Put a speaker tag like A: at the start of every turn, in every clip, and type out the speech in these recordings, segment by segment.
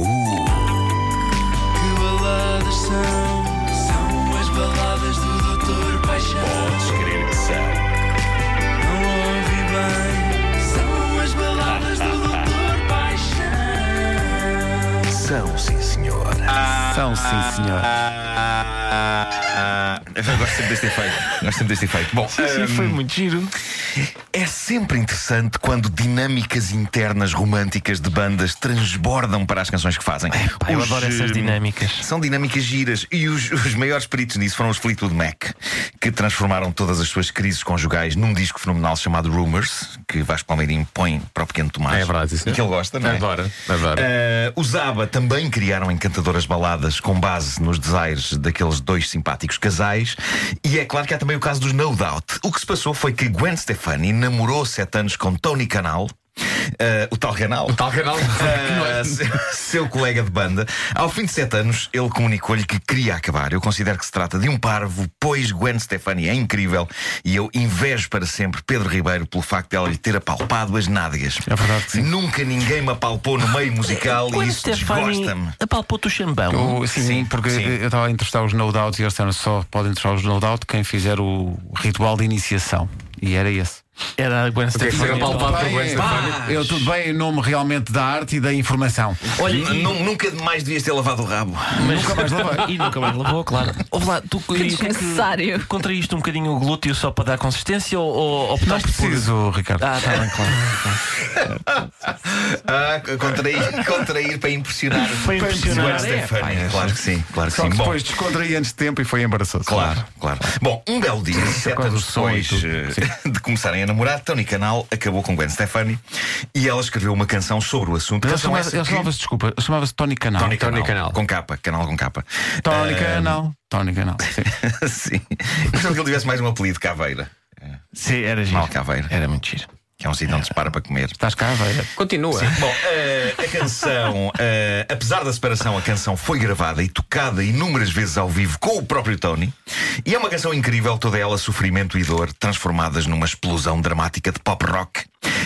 A: Uh,
B: São, sim, senhor.
C: São sim,
A: Ah,
C: senhor.
A: Eu gosto sempre deste efeito. Gosto sempre deste efeito. Bom, hum,
C: Sim, foi muito giro.
A: é sempre interessante quando dinâmicas internas românticas de bandas transbordam para as canções que fazem.
C: eu
A: Os,
C: adoro essas
A: eh,
C: dinâmicas.
A: São dinâmicas giras e os, os maiores peritos nisso foram os Fleetwood Mac, que transformaram todas as suas crises conjugais num disco fenomenal chamado Rumors, que Vasco Palmeirinho põe para o pequeno Tomás.
D: É verdade, isso
A: E que ele gosta, não é?
D: Adoro, adoro.
A: Eh, os ABBA também criaram encantadoras baladas com base nos desaires daqueles dois simpáticos casais. E é claro que há também o caso dos No Doubt. O que se passou foi que Gwen Stefani namorou sete anos com Tony Canal, eh, o tal Canal.
D: Tal canal.
C: é?
A: Ah, se- seu colega de banda. Ao fim de sete anos, ele comunicou-lhe que queria acabar. Eu considero que se trata de um parvo, pois Gwen Stefani é incrível e eu invejo para sempre Pedro Ribeiro pelo facto de ela lhe ter apalpado as nádegas.
C: É verdade que sim.
A: Nunca ninguém me apalpou no meio musical e isso desgosta-me.
C: apalpou-te o chambão.
D: Eu- sim,
A: Uhum. Sim,
D: porque
A: sim.
D: eu estava a entrevistar os No Doubt e eles disseram só podem entrevistar os No Doubt quem fizer o ritual de iniciação. E era esse.
C: Era a Gwen Stefani.
D: Eu tudo bem em nome realmente da arte e da informação.
C: Olha,
A: N- nu- Nunca mais devias ter lavado o rabo.
C: mas-
D: Nunca mais lavei.
C: E nunca mais lavou, claro. Ouve lá, tu que
E: desnecessário.
C: contraíste um bocadinho o glúteo só para dar consistência ou, ou optaste
D: Não
C: por-
D: preciso, Ricardo.
C: Ah, tá bem, claro.
A: Ah, contrair, contrair para impressionar.
C: Foi
A: Gwen
C: impressionante. É,
A: Stefani.
C: pá,
A: claro que sim, claro que
D: Só
A: sim.
D: que
A: Bom,
D: depois descontraí antes de tempo e foi embaraçoso.
A: Claro, claro. Bom, um belo dia, sete
D: causa
A: anos
D: do som e
A: depois
D: tudo.
A: eh, de começarem a namorar, Tony Canal acabou com Gwen Stefani e ela escreveu uma canção sobre o assunto.
D: Mas
A: Canção
D: ele
A: Então,
D: chamava-
A: essa
D: ele
A: que-
D: chamava-se, desculpa, ele chamava-se Tony Canal.
A: Tony,
D: Tony
A: Canal,
D: Canal.
A: Com capa, canal com capa.
D: Tony Canal. Tony Canal. sim.
A: Sim. Gostava que ele tivesse mais um apelido, Caveira.
C: Sim, era
A: Mal
C: giro.
A: Caveira,
C: Era muito giro.
A: que é um sítio onde se para para comer.
D: Estás cá, velho.
F: Continua.
A: Bom, eh, a canção, eh, apesar da separação, a canção foi gravada e tocada inúmeras vezes ao vivo com o próprio Tony. E é uma canção incrível, toda ela sofrimento e dor, transformadas numa explosão dramática de pop rock,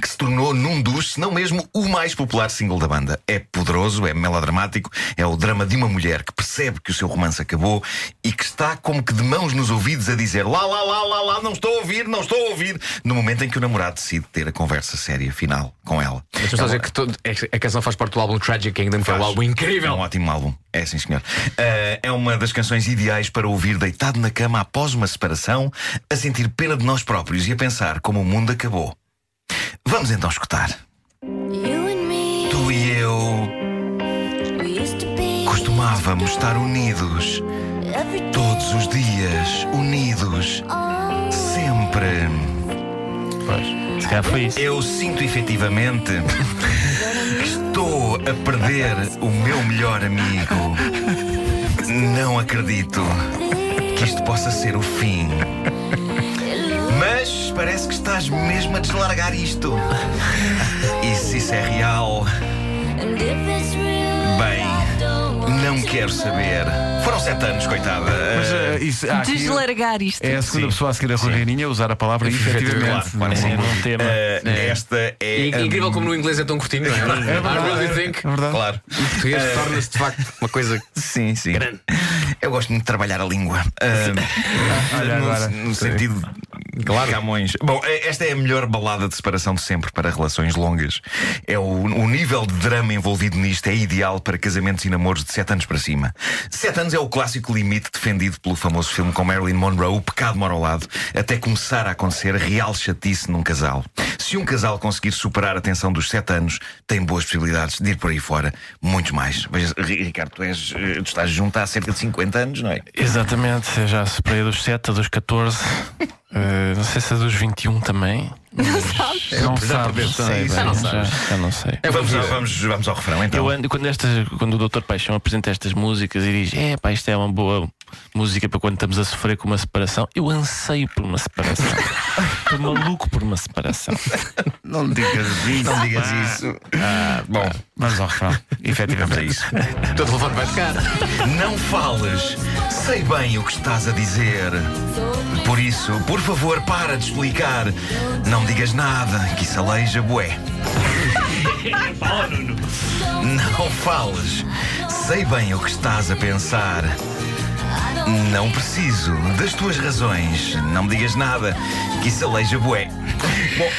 A: que se tornou num dos, se não mesmo o mais popular single da banda. É poderoso, é melodramático, é o drama de uma mulher que percebe que o seu romance acabou e que está como que de mãos nos ouvidos a dizer lá, lá, lá, lá, lá, não estou a ouvir, não estou a ouvir, no momento em que o namorado decide ter a conversa séria final com ela.
F: Deixa-me só dizer que todo- é que a canção faz parte do álbum Tragic Kingdom, que é um
A: Faz.
F: álbum
A: É um
F: incrível.
A: ótimo álbum, é sim senhor. Ah, é uma das canções ideais para ouvir deitado na cama após uma separação, a sentir pena de nós próprios e a pensar como o mundo acabou. Vamos então escutar.
G: You and me,
A: Tu e eu
G: we used to be
A: costumávamos estar unidos,
G: every
A: todos os dias, unidos,
G: all
A: sempre.
C: Se calhar foi isso.
A: Eu sinto efetivamente que estou a perder o meu melhor amigo. Não acredito que isto possa ser o fim. Mas parece que estás mesmo a deslargar isto. E se isso é real,
G: and if it's real,
A: Bem,
G: I don't want
A: não
G: to
A: quero
G: know.
A: saber. Foram sete anos, coitada.
D: Mas eh, isso, há aqui-
E: Deslargar isto.
D: É a segunda pessoa a seguir a Rui Reininha a usar a palavra efetivamente. É
A: Claro, claro,
D: Não-
A: sim.
C: Era um tema.
A: Ah, Eh, esta é.
F: E-
A: a-
F: Incrível como no inglês é tão curtinho, não é?
D: É
F: I
D: verdade,
F: really
D: é
F: think.
D: verdade.
A: Claro.
F: O português
A: Eh.
F: torna-se de facto uma coisa.
A: Sim, sim. Eu gosto muito de trabalhar a língua. Ah,
D: olha
A: no,
D: agora.
A: no sentido. Claro. Camões. Bom, eh, esta é a melhor balada de separação de sempre para relações longas. É o, o nível de drama envolvido nisto é ideal para casamentos e namoros de 7 anos para cima. 7 anos é o clássico limite defendido pelo famoso filme com Marilyn Monroe, O Pecado Mora ao Lado, até começar a acontecer real chatice num casal. Se um casal conseguir superar a tensão dos 7 anos, tem boas possibilidades de ir por aí fora, muitos mais. Mas, Ri- Ricardo, tu, és, eh, tu estás junto há cerca de 50 anos, não é?
C: Exatamente, eu já superei a dos 7, a dos 14. eh, não sei se a dos 21 também. Não sabes.
D: É um
C: Não sabes.
A: Sim, sim,
C: já,
A: não
C: já, já não sei.
A: vamos, ao, vamos, vamos ao refrão então.
C: Eu ando, quando, estas, quando o Dr. Paixão apresenta estas músicas e diz: É, pá, isto é uma boa música para quando estamos a sofrer com uma separação, eu anseio por uma separação. Estou maluco por uma separação.
A: Não digas isso. Não digas isso. bom,
D: Vamos ao refrão.
A: vamos a
D: Ah, Efetivamente.
A: isso.
F: O teu telefone vai tocar.
A: Não fales. Sei bem o que estás a dizer. Por isso, por favor, para de explicar. Não digas nada, que isso aleija bué. Não fales. Sei bem o que estás a pensar. Não preciso das tuas razões. Não me digas nada, que isso aleija bué. Bom,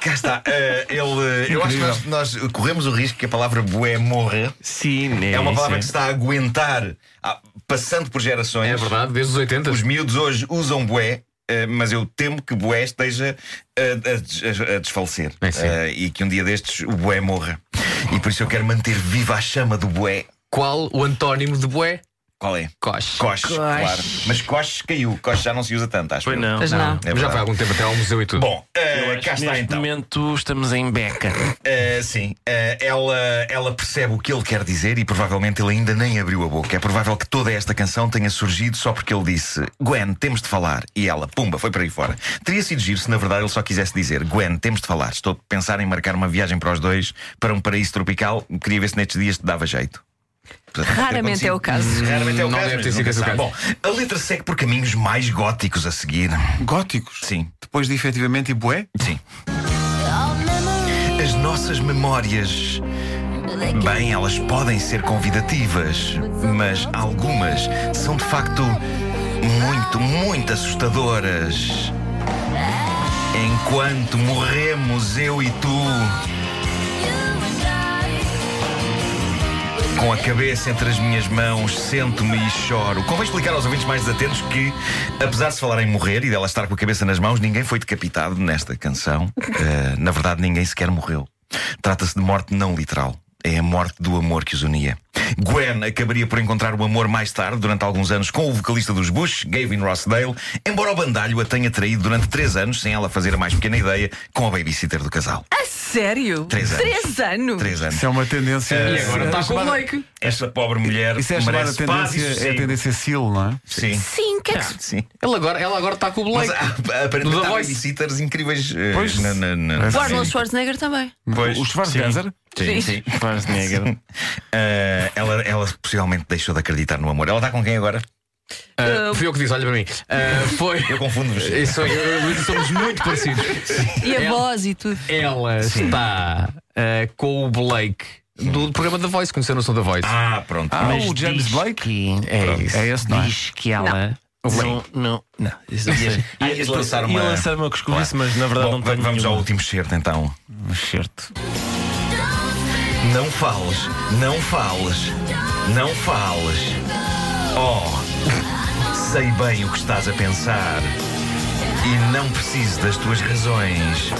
A: Cá está. eh, ele, eh, eu acho que nós, nós corremos o risco que a palavra bué morra.
C: Sim,
A: É uma palavra que
C: isso.
A: se está a aguentar, ah, passando por gerações.
F: É verdade, desde os 80.
A: Os miúdos hoje usam bué. eh, mas eu temo que Bué esteja a, a des- a- a desfalecer
F: É, sim.
A: Eh, e que um dia destes o Bué morra. E por isso eu quero manter viva a chama do Bué.
F: Qual o antónimo de bué?
A: Qual é?
F: Coche.
A: Coche, claro. Mas Coche caiu. Coche já não se usa tanto, acho
C: Pois
A: eu.
C: não.
B: Mas não.
A: É
F: Mas já
A: verdade.
F: foi há algum tempo até ao museu e tudo.
A: Bom,
C: Eu
A: eh,
C: acho
A: cá
C: que
A: está
C: neste
A: então.
C: momento estamos em beca.
A: Uh, sim, Uh, ela, ela percebe o que ele quer dizer e provavelmente ele ainda nem abriu a boca. É provável que toda esta canção tenha surgido só porque ele disse Gwen, temos de falar. E ela, pumba, foi para aí fora. Teria sido giro se na verdade ele só quisesse dizer Gwen, temos de falar. Estou a pensar em marcar uma viagem para os dois para um paraíso tropical. Queria ver se nestes dias te dava jeito. Portanto, não ter
B: Raramente é o
A: acontecido.
B: caso.
A: Raramente é o
F: Não
A: caso.
F: deve ter
A: mas
F: sido
A: nunca
F: esse o
A: sabe.
F: caso.
A: Bom, a letra segue por caminhos mais góticos a seguir.
D: Góticos?
A: Sim,
D: Depois de efetivamente e bué?
A: sim.
G: All memories
A: As nossas memórias
G: they can
A: Bem, elas podem ser convidativas, mas algumas são de facto muito, muito assustadoras. Enquanto morremos eu e tu, com a cabeça entre as minhas mãos, sento-me e choro. Convém explicar aos ouvintes mais atentos que, apesar de se falar em morrer e dela estar com a cabeça nas mãos, ninguém foi decapitado nesta canção. Eh, na verdade, ninguém sequer morreu. Trata-se de morte não literal. É a morte do amor que os unia. Gwen acabaria por encontrar o amor mais tarde, durante alguns anos, com o vocalista dos Bush, Gavin Rossdale, embora o bandalho a tenha traído durante três anos, sem ela fazer a mais pequena ideia, com a babysitter do casal.
B: A sério?
A: Três anos.
B: Três anos?
A: Três anos.
D: Isso é uma tendência.
F: E agora
A: tá- eh,
F: está com o Blake.
A: Esta pobre mulher
D: Isso é a chamada
A: merece paz e
D: tendência, é a
A: sossego.
D: tendência SEAL, não é?
A: Sim,
B: Sim, que é que se-
A: sim.
F: Ele agora, ela agora está com o
A: Mas há-
F: Blake. Do
A: aparentemente
F: The
A: há
F: Voice.
A: babysitters incríveis. eh,
D: Pois.
A: na- na- na-
B: O Arnold Schwarzenegger também.
A: Pois,
D: o Schwarzenegger?
A: sim, sim. Hum.
C: Faz negra.
A: Eh, ela, ela possivelmente deixou de acreditar no amor. Ela está com quem agora?
F: Ah, fui eu que disse, olha para mim. Ah, foi.
A: Eu confundo-vos.
F: Isso, eu, eu, Luís, somos muito parecidos.
B: E a
F: É.
B: voz e tudo.
F: Ela está ah, com o Blake do programa da Voice, conheceu a noção da Voice.
A: Ah, pronto.
D: Ah,
C: Mas
D: o James
C: diz
D: Blake?
C: que- é
D: Pronto.
C: isso.
D: É esse, não é?
C: Diz que ela. Não, não, não. Isso eu sei.
A: Ah, ias lançar uma-
C: Ia lançar uma coscovice,
A: Claro.
C: mas na verdade
A: Bom,
C: não tenho
A: vamos ao
C: nenhuma.
A: último certo então.
C: Certo.
A: Não fales, não fales, não fales. Oh, sei bem o que estás a pensar. E não preciso das tuas razões.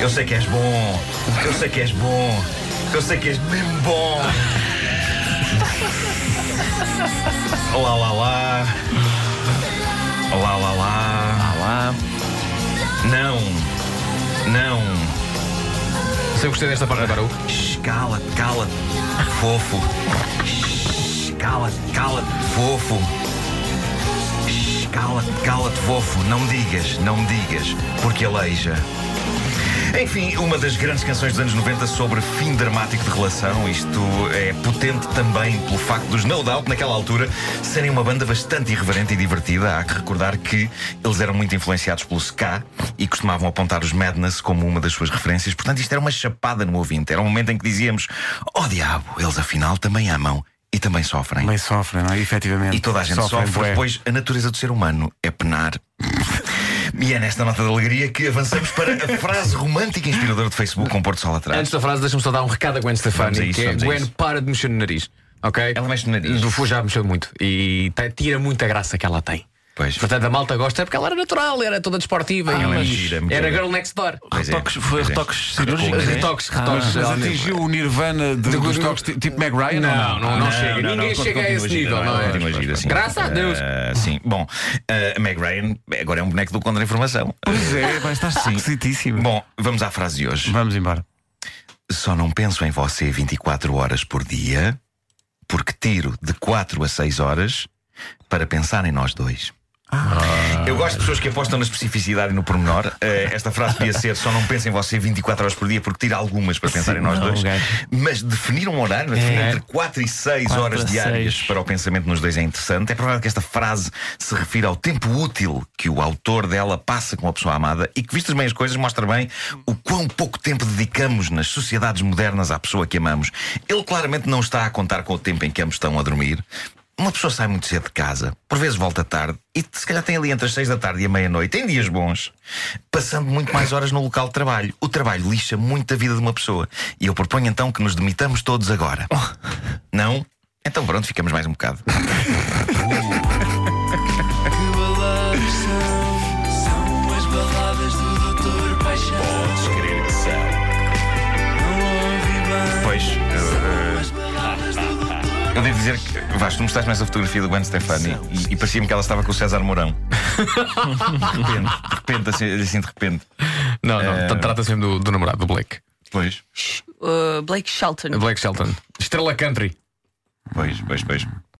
A: Eu sei que és bom, eu sei que és bom, eu sei que és mesmo bom. Olá, lá, lá. Olá, lá, lá.
C: Olá.
A: Não, não.
F: Se eu gostei desta parte agora, o
A: Shh, Cala-te, cala-te, fofo. Shh, Cala-te, cala-te, fofo. Shh, Cala-te, cala-te, fofo. Não me digas, não me digas, porque aleija. Enfim, uma das grandes canções dos anos 90 sobre fim dramático de relação. Isto é potente também pelo facto dos No Doubt, naquela altura, serem uma banda bastante irreverente e divertida. Há que recordar que eles eram muito influenciados pelo ska e costumavam apontar os Madness como uma das suas referências. Portanto, isto era uma chapada no ouvinte. Era um momento em que dizíamos: Oh diabo, eles afinal também amam e também sofrem.
D: Também sofrem, não é? Efetivamente.
A: E toda a gente sofre,
D: bué.
A: pois a natureza do ser humano é penar. E é nesta nota de alegria que avançamos para a frase romântica e inspiradora do Facebook com Porto Sol atrás.
F: Antes da frase, deixa-me só dar um recado a Gwen
A: Vamos a
F: Stefani,
A: isso,
F: que é
A: vamos a
F: Gwen,
A: isso.
F: para de mexer no nariz. Ok?
A: Ela mexe no nariz.
F: Do Fu já mexeu muito. E te- tira muita graça que ela tem.
A: Pois.
F: Portanto, a malta gosta é porque ela era natural, era toda desportiva. e
A: ela é
F: e
A: gira, muito
F: era
A: gira.
F: girl next door.
A: Pois é,
C: Retoques, foi
A: pois é. Ah,
C: retoques cirúrgicos. é?
F: Retoques, retoques.
D: Mas
F: olha,
D: atingiu o Nirvana de,
F: De-
D: dos toques ti- tipo Meg Ryan? ou
F: Não, não, não,
A: Não,
F: chega.
A: não,
F: Ninguém
A: não,
F: chega a
A: continua
F: esse
A: gira,
F: nível, não é?
A: Continua gira, sim.
F: Graças a Deus.
A: Ah, sim, bom, ah, a Meg Ryan agora é um boneco do contra-informação.
D: Pois é, vai estar esquisitíssimo.
A: Bom, vamos à frase de hoje.
D: Vamos embora.
A: Só não penso em você 24 horas por dia, porque tiro de 4 a 6 horas para pensar em nós dois.
C: Ah.
A: Eu gosto de pessoas que apostam na especificidade e no pormenor. Eh, esta frase podia ser: só não penso em você 24 horas por dia, porque tiro algumas para pensar em nós
C: não,
A: dois.
C: gajo.
A: Mas definir um horário definir entre 4 e 6
C: Quatro
A: horas
C: a
A: diárias
C: seis.
A: para o pensamento nos dois é interessante. É provável que esta frase se refira ao tempo útil que o autor dela passa com a pessoa amada e que, vistas bem as coisas, mostra bem o quão pouco tempo dedicamos nas sociedades modernas à pessoa que amamos. Ele claramente não está a contar com o tempo em que ambos estão a dormir. uma pessoa sai muito cedo de casa, por vezes volta tarde, e se calhar tem ali entre as seis da tarde e a meia-noite, em dias bons, passando muito mais horas no local de trabalho. O trabalho lixa muito a vida de uma pessoa. E eu proponho então que nos demitamos todos agora. Não? Então pronto, ficamos mais um bocado. Podes crer que são. Pois. eh, Eu devo dizer que, Vasco, tu mostraste-me essa fotografia do Gwen Stefani e, e parecia-me que ela estava com o César Mourão. de repente, de repente, assim, assim de repente.
F: Não, não.
A: Eh,
F: tra- Trata-se mesmo do, do namorado, do Blake.
A: Pois,
B: Uh, Blake Shelton.
F: Blake Shelton. Estrela Country.
A: pois, pois, pois.